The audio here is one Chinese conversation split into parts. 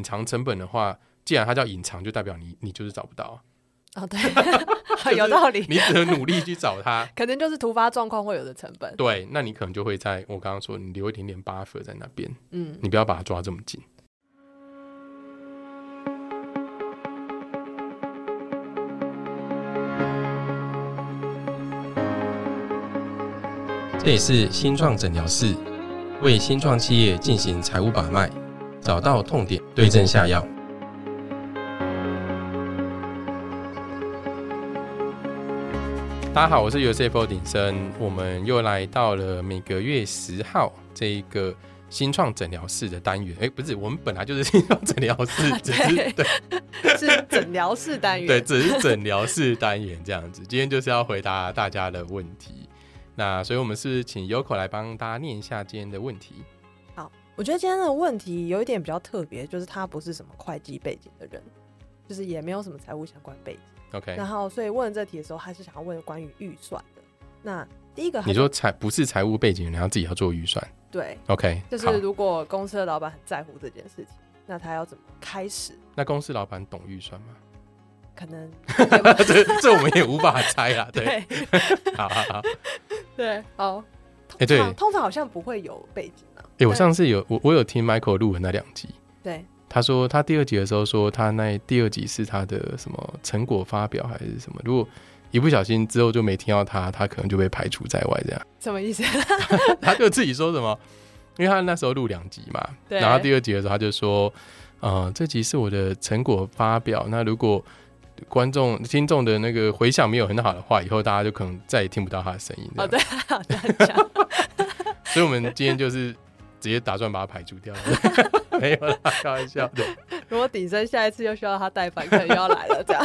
隐藏成本的话，既然它叫隐藏，就代表你你就是找不到， 哦，对，有道理，你只能努力去找它。可能就是突发状况会有的成本。对，那你可能就会在我刚刚说，你留一点点 buffer 在那边，嗯，你不要把它抓这么紧。这里是新创诊疗室，为新创企业进行财务把脉，找到痛点，对症下药。大家好，我是 UCFO 鼎生，我们又来到了每个月十号这一个新创诊疗室的单元。哎，不是，我们本来就是 新创诊疗室，只是对对是诊疗室单 元。对，只是诊疗室单元这样子。今天就是要回答大家的问题。那所以，我们是请 Yoko 来帮大家念一下今天的问题。我觉得今天的问题有一点比较特别，就是他不是什么会计背景的人，就是也没有什么财务相关背景。 OK，然后，所以问这题的时候，他是想要问关于预算的。那第一个他，你说财不是财务背景，然后自己要做预算。对， OK，就是好。如果公司的老板很在乎这件事情，那他要怎么开始？那公司老板懂预算吗？ 可能这这我们也无法猜啦。 对，对 好好好。对，好。哎通对常通常好像不会有背景啊。哎、我对上次有我我有听 Michael 录的那两集，对，他说他第二集的时候说他那第二集是他的什么成果发表还是什么，如果一不小心之后就没听到他，他可能就被排除在外这样。什么意思？ 他就自己说什么，因为他那时候录两集嘛，对然后第二集的时候他就说，呃，这集是我的成果发表，那如果观众听众的那个回响没有很好的话，以后大家就可能再也听不到他的声音。哦，这样对，好这样讲，所以我们今天就是直接打算把他排除 掉，没有啦，开玩笑的。如果鼎生下一次又需要他带反，可能又要来了，这样。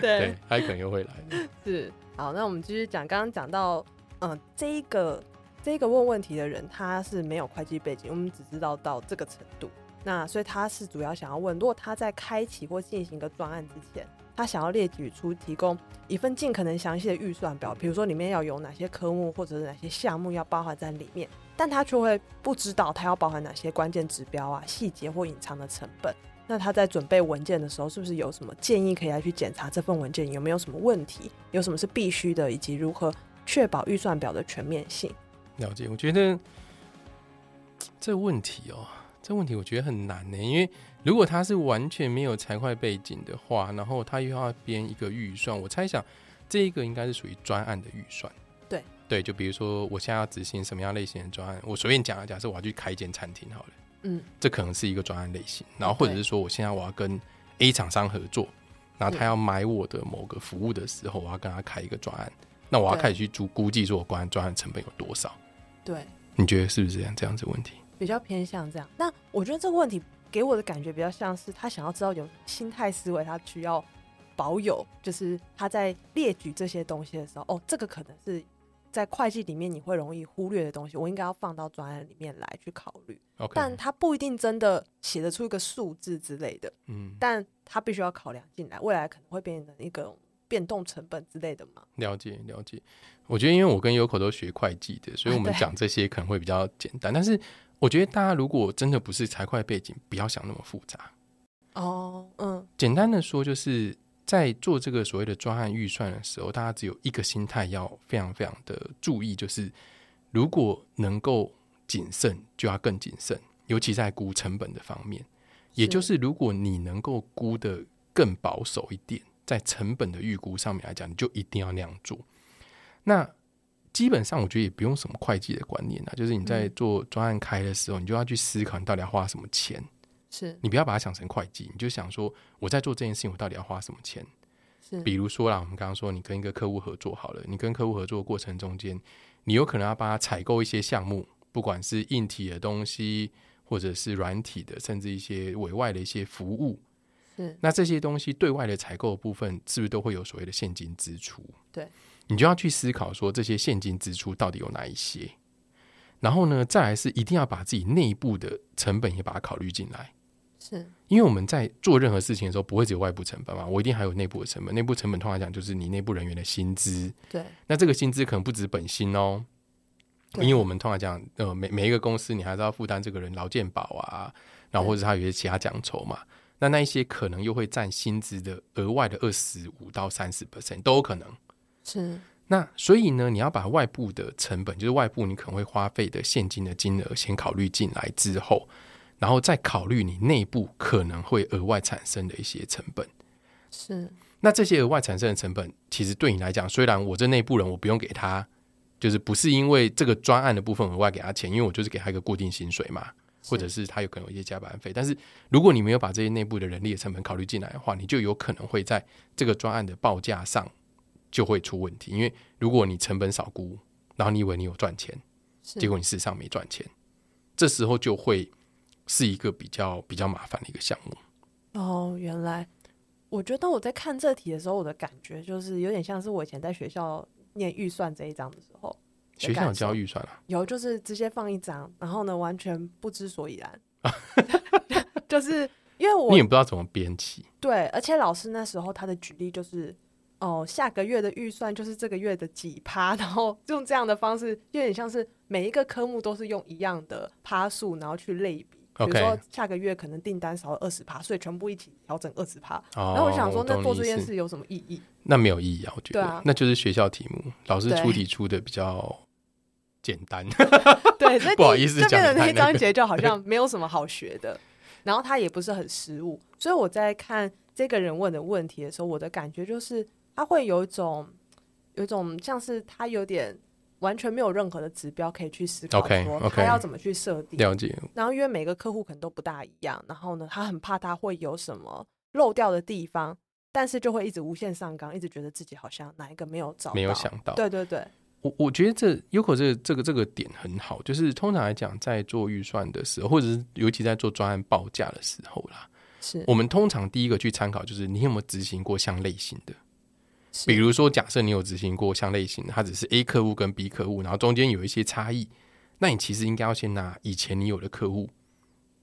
对，他可能又会来的。是，好，那我们继续讲。刚刚讲到，嗯，这一个这一个问问题的人，他是没有会计背景，我们只知道到这个程度。那所以他是主要想要问，如果他在开启或进行一个专案之前，他想要列举出提供一份尽可能详细的预算表，比如说里面要有哪些科目或者是哪些项目要包含在里面，但他却会不知道他要包含哪些关键指标啊、细节或隐藏的成本。那他在准备文件的时候，是不是有什么建议可以来去检查这份文件有没有什么问题，有什么是必须的，以及如何确保预算表的全面性？了解，我觉得这问题哦，这问题我觉得很难呢，因为如果他是完全没有财会背景的话，然后他又要编一个预算，我猜想这一个应该是属于专案的预算。对对，就比如说我现在要执行什么样类型的专案，我随便讲啊，假设我要去开一间餐厅好了，嗯，这可能是一个专案类型，然后或者对是说我现在我要跟 A 厂商合作，然后他嗯要买我的某个服务的时候，我要跟他开一个专案，那我要对开始去估估计说我关专案成本有多少。对，你觉得是不是这样这样子的问题？比较偏向这样。那我觉得这个问题给我的感觉比较像是他想要知道有心态思维，他需要保有，就是他在列举这些东西的时候，哦，这个可能是在会计里面你会容易忽略的东西，我应该要放到专案里面来去考虑， OK，但他不一定真的写得出一个数字之类的。嗯，但他必须要考量进来，未来可能会变成一个变动成本之类的嘛。了解了解。我觉得因为我跟 Yoko 都学会计的，所以啊我们 对讲这些可能会比较简单。但是我觉得大家如果真的不是财会背景，不要想那么复杂。哦，嗯，简单的说，就是在做这个所谓的专案预算的时候，大家只有一个心态要非常非常的注意，就是如果能够谨慎，就要更谨慎，尤其在估成本的方面。也就是如果你能够估的更保守一点，在成本的预估上面来讲，你就一定要那样做。那基本上，我觉得也不用什么会计的观念啊，就是你在嗯做专案开的时候，你就要去思考你到底要花什么钱。是你不要把它想成会计，你就想说我在做这件事情，我到底要花什么钱？是，比如说啦，我们刚刚说你跟一个客户合作好了，你跟客户合作的过程中间，你有可能要帮他采购一些项目，不管是硬体的东西，或者是软体的，甚至一些委外的一些服务。是那这些东西对外的采购的部分，是不是都会有所谓的现金支出？对，你就要去思考说这些现金支出到底有哪一些。然后呢，再来是一定要把自己内部的成本也把它考虑进来。是，因为我们在做任何事情的时候，不会只有外部成本嘛，我一定还有内部的成本。内部成本通常讲就是你内部人员的薪资，对，那这个薪资可能不止本薪哦，因为我们通常讲，呃，每每一个公司你还是要负担这个人劳健保啊，然后或者他有一些其他奖酬嘛，那那一些可能又会占薪资的额外的二十五到三十 percent 都有可能。是那所以呢，你要把外部的成本，就是外部你可能会花费的现金的金额先考虑进来之后，然后再考虑你内部可能会额外产生的一些成本。是，那这些额外产生的成本，其实对你来讲，虽然我这内部人我不用给他，就是不是因为这个专案的部分额外给他钱，因为我就是给他一个固定薪水嘛，或者是他有可能有一些加班费。但是如果你没有把这些内部的人力的成本考虑进来的话，你就有可能会在这个专案的报价上就会出问题，因为如果你成本少估，然后你以为你有赚钱，是结果你事实上没赚钱，这时候就会是一个比较比较麻烦的一个项目。哦，原来我觉得我在看这题的时候，我的感觉就是有点像是我以前在学校念预算这一章的时候，的学校有感受教预算啊，有就是直接放一张，然后呢完全不知所以然， 就是因为我你也不知道怎么编辑。对，而且老师那时候他的举例就是，哦，下个月的预算就是这个月的几趴，然后用这样的方式，有点像是每一个科目都是用一样的趴数，然后去类比。比如 OK 说下个月可能订单少了二十趴，所以全部一起调整二十趴。然然哦后我想说，那做这件事。事有什么意义？那没有意义啊，我觉对得，啊那就是学校题目，老师对出题出的比较简单。 对，所以不好第意思这讲边的得太那一那章个节就好像没有什么好学 的，然后他也不是很实务，所以我在看这个人问的问题的时候，我的感觉就是他会有一种有一种像是他有点完全没有任何的指标可以去思考 OK，说 OK 他要怎么去设定 了解，然后因为每个客户可能都不大一样，然后呢，他很怕他会有什么漏掉的地方，但是就会一直无限上纲，一直觉得自己好像哪一个没有找到，没有想到。对对对，我我觉得这 Uco 这个这个这个点很好，就是通常来讲，在做预算的时候，或者是尤其在做专案报价的时候啦，是，我们通常第一个去参考就是你有没有执行过像类型的。是比如说，假设你有执行过像类型的，它只是 A 客户跟 B 客户，然后中间有一些差异，那你其实应该要先拿以前你有的客户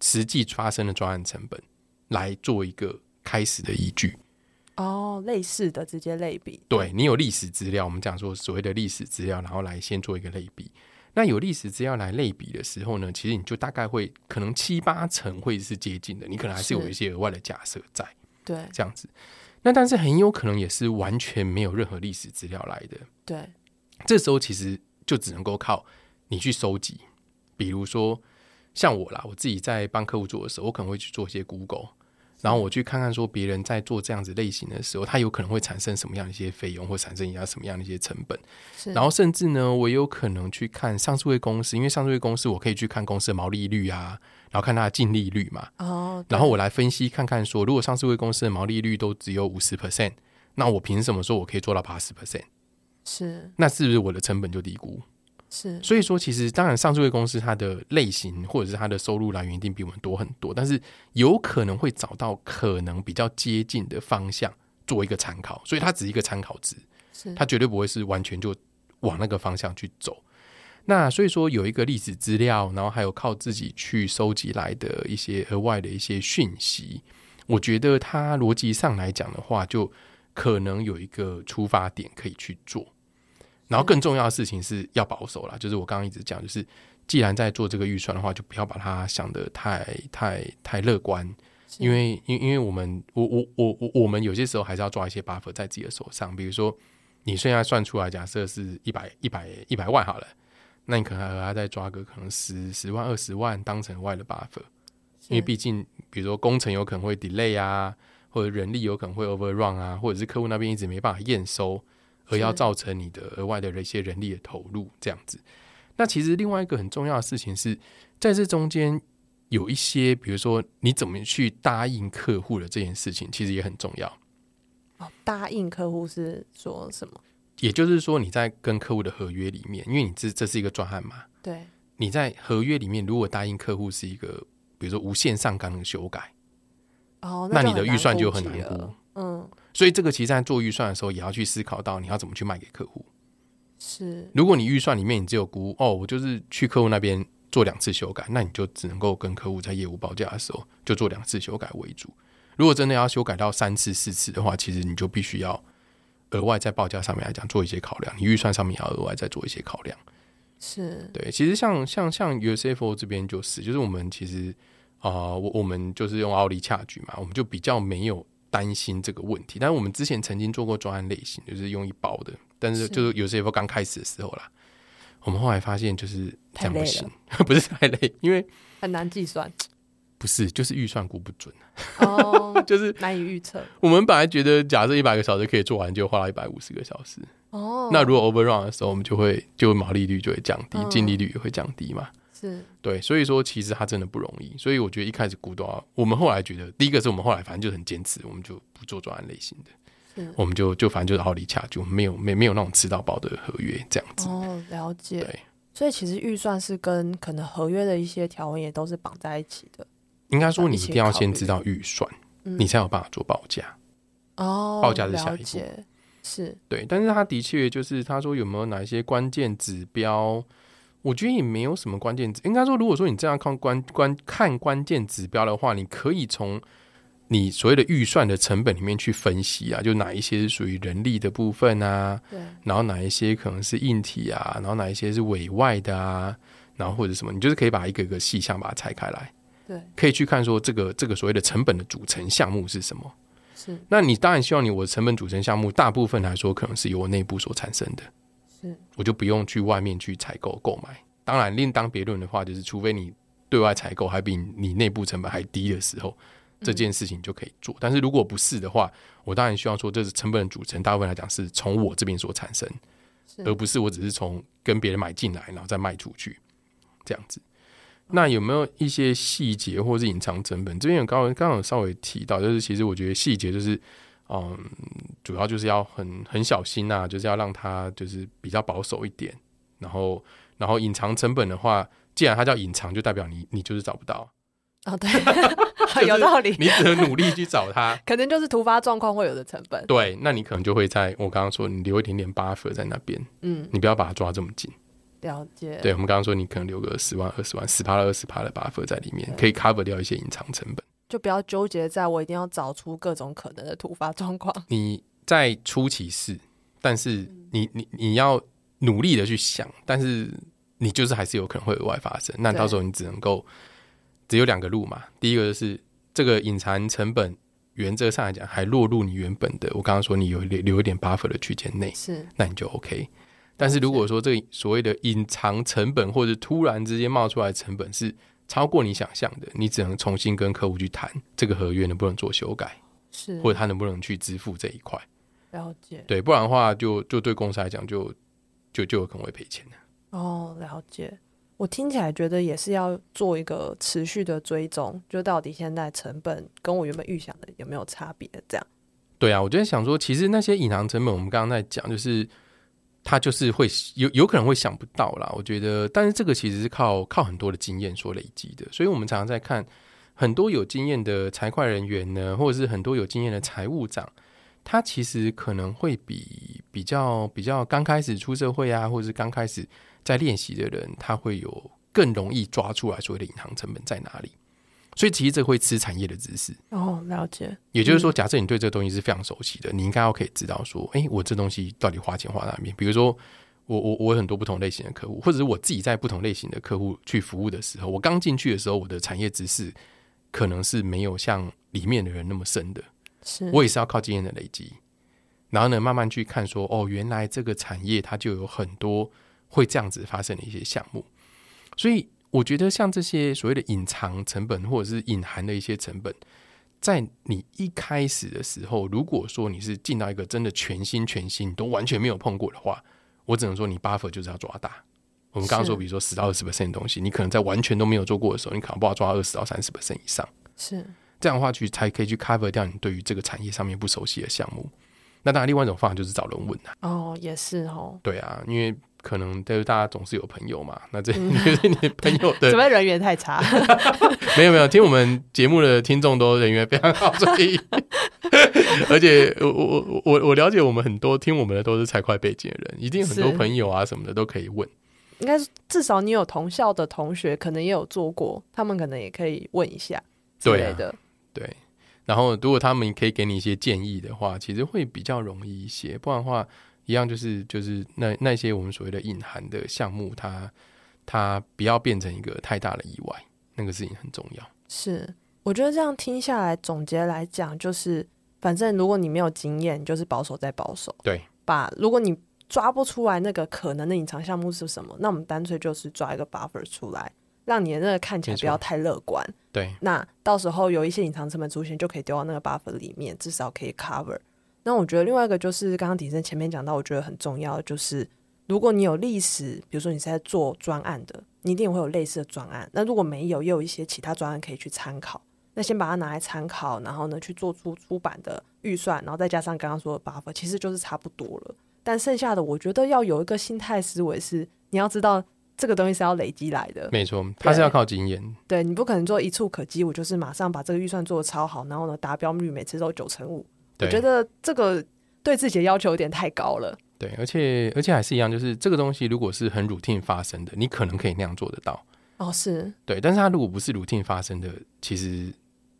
实际发生的专案成本来做一个开始的依据。哦，类似的直接类比，对你有历史资料，我们讲说所谓的历史资料，然后来先做一个类比。那有历史资料来类比的时候呢，其实你就大概会可能七八成会是接近的，你可能还是有是一些额外的假设在。对这样子。那但是很有可能也是完全没有任何历史资料来的，对，这时候其实就只能够靠你去收集，比如说像我啦，我自己在帮客户做的时候，我可能会去做一些 Google，然后我去看看说别人在做这样子类型的时候，它有可能会产生什么样的一些费用，或产生一下什么样的一些成本。是然后甚至呢，我也有可能去看上市会公司，因为上市会公司我可以去看公司的毛利率啊，然后看它的净利率嘛。哦，然后我来分析看看说，如果上市会公司的毛利率都只有五十 percent，那我凭什么说我可以做到八十 percent？是那是不是我的成本就低估？是所以说，其实当然上市会公司它的类型或者是它的收入来源一定比我们多很多，但是有可能会找到可能比较接近的方向做一个参考，所以它只是一个参考值。是，它绝对不会是完全就往那个方向去走。那所以说有一个历史资料，然后还有靠自己去收集来的一些额外的一些讯息，我觉得它逻辑上来讲的话，就可能有一个出发点可以去做。然后更重要的事情是要保守啦，就是我刚刚一直讲，就是既然在做这个预算的话，就不要把它想得太太太乐观，是因为因因为我们我我我我我们有些时候还是要抓一些 buffer 在自己的手上，比如说你现在算出来，假设是一百一百一百万好了，那你可能还要再抓个可能十十万二十万当成外的 buffer，因为毕竟比如说工程有可能会 delay 啊，或者人力有可能会 overrun 啊，或者是客户那边一直没办法验收，而要是造成你的额外的一些人力的投入这样子。那其实另外一个很重要的事情是，在这中间有一些，比如说你怎么去答应客户的这件事情，其实也很重要。哦，答应客户是说什么？也就是说，你在跟客户的合约里面，因为你这这是一个专案嘛，对，你在合约里面如果答应客户是一个，比如说无限上纲的修改，哦，那就你的很预难算估就很计难了估。嗯，所以这个其实在做预算的时候，也要去思考到你要怎么去卖给客户。是如果你预算里面你只有估哦，我就是去客户那边做两次修改，那你就只能够跟客户在业务报价的时候就做两次修改为主。如果真的要修改到三次、四次的话，其实你就必须要额外在报价上面来讲做一些考量，你预算上面也要额外再做一些考量。是对，其实像像像 USFO 这边就是，就是我们其实呃，我我们就是用奥利恰举嘛，我们就比较没有担心这个问题。但是我们之前曾经做过专案类型，就是用一包的，但是是就是有些时候刚开始的时候啦，我们后来发现就是这太样不累行， 不是太累，因为很难 计算不是就是预算估不准，啊哦，就是难以预测我们本来觉得假设一百个小时可以做完，就花了一百五十个小时。哦。那如果 overrun 的时候，我们就会就毛利率就会降低，嗯净利率也会降低嘛。是对，所以说其实它真的不容易，所以我觉得一开始估都要，我们后来觉得第一个是我们后来反正就很坚持，我们就不做专案类型的，是我们就就反正就是奥利恰，就没有没没有那种吃到饱的合约这样子。哦，了解。对，所以其实预算是跟可能合约的一些条文也都是绑在一起的。应该说你一定要先知道预算，嗯你才有办法做报价。哦，报价是下一了步解是对，但是他的确就是他说有没有哪一些关键指标，我觉得也没有什么关键指。应该说，如果说你这样看关关看关键指标的话，你可以从你所谓的预算的成本里面去分析啊，就哪一些是属于人力的部分啊，对然后哪一些可能是硬体啊，然后哪一些是委外的啊，然后或者什么，你就是可以把一个个细项把它拆开来，对可以去看说这个这个所谓的成本的组成项目是什么。是那你当然希望你我的成本组成项目，大部分来说可能是由我内部所产生的，是我就不用去外面去采购购买。当然，另当别论的话，就是除非你对外采购还比你内部成本还低的时候，这件事情就可以做。但是如果不是的话，我当然希望说，这是成本的组成，大部分来讲是从我这边所产生，是而不是我只是从跟别人买进来，然后再卖出去这样子。那有没有一些细节或是隐藏成本？这边有刚刚刚刚有稍微提到，就是其实我觉得细节就是，嗯，主要就是要很很小心呐、就是要让它就是比较保守一点。然后，然后隐藏成本的话，既然它叫隐藏，就代表你你就是找不到，哦， 对，就是有道理，你只能努力去找它。 可能就是突发状况会有的成本。对，那你可能就会在我刚刚说，你留一点点 buffer 在那边，嗯，你不要把它抓这么紧。了解。对我们刚刚说，你可能留个十万、二十万、十趴、二十趴的 buffer 在里面，可以 cover 掉一些隐藏成本。就不要纠结在我一定要找出各种可能的突发状况。 你在初期是，但是你你你要努力的去想，但是你就是还是有可能会额外发生。那对到时候你只能够只有两个路嘛，第一个就是这个隐藏成本原则上来讲还落入你原本的，我刚刚说你有留留一点 buffer 的区间内，是那你就 OK。但是如果说这个所谓的隐藏成本或者突然之间冒出来的成本是超过你想象的，你只能重新跟客户去谈这个合约能不能做修改，是，或者他能不能去支付这一块。了解。对，不然的话就就对公司来讲就就就有可能会赔钱的。哦，了解。我听起来觉得也是要做一个持续的追踪，就到底现在成本跟我原本预想的有没有差别？这样对啊，我就在想说，其实那些隐藏成本，我们刚刚在讲，就是他就是会有有可能会想不到啦。我觉得，但是这个其实是靠靠很多的经验所累积的，所以我们常常在看很多有经验的财会人员呢，或者是很多有经验的财务长，他其实可能会比比较比较刚开始出社会啊，或者是刚开始在练习的人，他会有更容易抓出来所谓的隐藏成本在哪里。所以其实这会吃产业的知识。哦，了解。也就是说，假设你对这个东西是非常熟悉的，你应该要可以知道说，哎、我这东西到底花钱花哪边？比如说，我我我有很多不同类型的客户，或者是我自己在不同类型的客户去服务的时候，我刚进去的时候，我的产业知识可能是没有像里面的人那么深的，是我也是要靠经验的累积，然后呢，慢慢去看说，哦，原来这个产业它就有很多会这样子发生的一些项目，所以我觉得像这些所谓的隐藏成本或者是隐含的一些成本，在你一开始的时候，如果说你是进到一个真的全新全新你都完全没有碰过的话，我只能说你 buffer 就是要抓大。我们刚刚是说，比如说十到二十 percent 的东西，你可能在完全都没有做过的时候，你可能不好抓二十到三十 percent 以上。是这样的话去才可以去 cover 掉你对于这个产业上面不熟悉的项目。那当然，另外一种方法就是找人问啊，哦，也是哦。对啊，因为可能对大家总是有朋友嘛，那这 就是你朋友准 的备人员太差，没有没有听我们节目的听众都人缘非常好，所以而且我我我我我了解我们很多听我们的都是财会背景的人，一定很多是朋友啊什么的都可以问。应该是至少你有同校的同学，可能也有做过，他们可能也可以问一下之对啊类的。对，然后如果他们可以给你一些建议的话，其实会比较容易一些。不然的话，一样就是就是那那些我们所谓的隐含的项目，它它不要变成一个太大的意外，那个事情很重要。是，我觉得这样听下来，总结来讲就是，反正如果你没有经验，你就是保守再保守。对，把如果你抓不出来那个可能的隐藏项目是什么，那我们干脆就是抓一个 buffer 出来，让你的那个看起来没错不要太乐观。对，那到时候有一些隐藏成本出现，就可以丢到那个 buffer 里面，至少可以 cover。那我觉得另外一个就是刚刚鼎盛前面讲到，我觉得很重要，就是如果你有历史，比如说你是在做专案的，你一定会有类似的专案。那如果没有，也有一些其他专案可以去参考。那先把它拿来参考，然后呢去做出出版的预算，然后再加上刚刚说的 buffer，其实就是差不多了。但剩下的，我觉得要有一个心态思维是，你要知道这个东西是要累积来的，没错，它是对要靠经验，对你不可能做一触可及，我就是马上把这个预算做得超好，然后呢达标率每次都九成五。我对，觉得这个对自己的要求有点太高了。对，而且而且还是一样，就是这个东西如果是很 routine 发生的，你可能可以那样做得到，哦，是对，但是它如果不是 routine 发生的，其实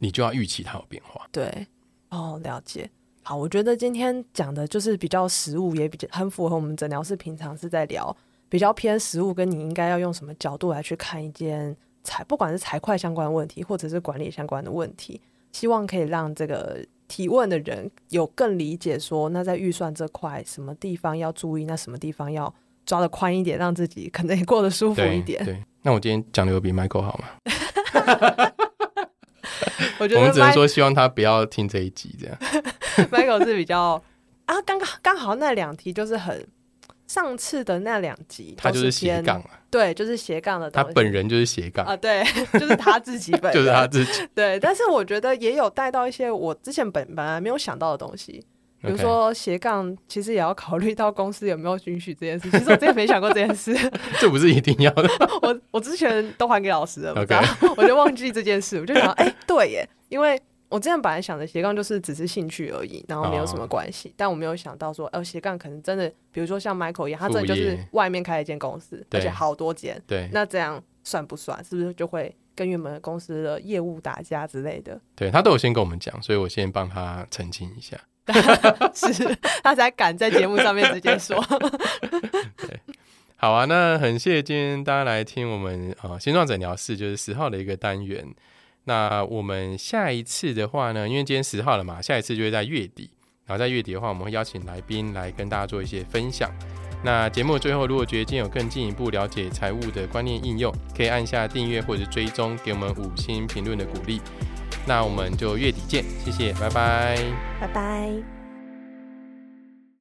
你就要预期它有变化，对，哦，了解。好，我觉得今天讲的就是比较实务，也比较很符合我们诊疗室平常是在聊比较偏实务，跟你应该要用什么角度来去看一件财，不管是财会相关的问题，或者是管理相关的问题，希望可以让这个提问的人有更理解说，那在预算这块什么地方要注意，那什么地方要抓得宽一点，让自己可能也过得舒服对一点。 对。那我今天讲的有比 Michael 好吗？我觉我得们只能 Mike- 说希望他不要听这一集这样。 Michael 是比较啊，刚刚刚好那两题就是很上次的那两集，他就是斜偏杠，啊，对，就是斜杠的东他西。本人就是斜杠，啊，对， 就是他自己本 人，就是他自己。对。啊但是我觉得也有带到一些我之前本本来没有想到的东西，比如 OK，说斜杠，其实也要考虑到公司有没有允许这件事。其实我之前没想过这件事，这不是一定要的。我我之前都还给老师了， OK 不知道我就忘记这件事，我就 想，哎、对耶，因为我之前本来想着斜杠就是只是兴趣而已，然后没有什哦么关系，但我没有想到说，呃，斜杠可能真的，比如说像 Michael 一样，他真的就副业是外面开了一间公司，对而且好多间，对那这样算不算？是不是就会跟原本公司的业务打架之类的？ 对，他都有先跟我们讲，所以我先帮他澄清一下。是他才敢在节目上面直接说，好啊，那很谢谢今天大家来听我们呃新创诊疗室就是十号的一个单元。那我们下一次的话呢，因为今天十号了嘛，下一次就会在月底。然后在月底的话，我们会邀请来宾来跟大家做一些分享。那节目的最后，如果觉得今天有更进一步了解财务的观念应用，可以按下订阅或者是追踪，给我们五星评论的鼓励。那我们就月底见，谢谢，拜拜。拜拜。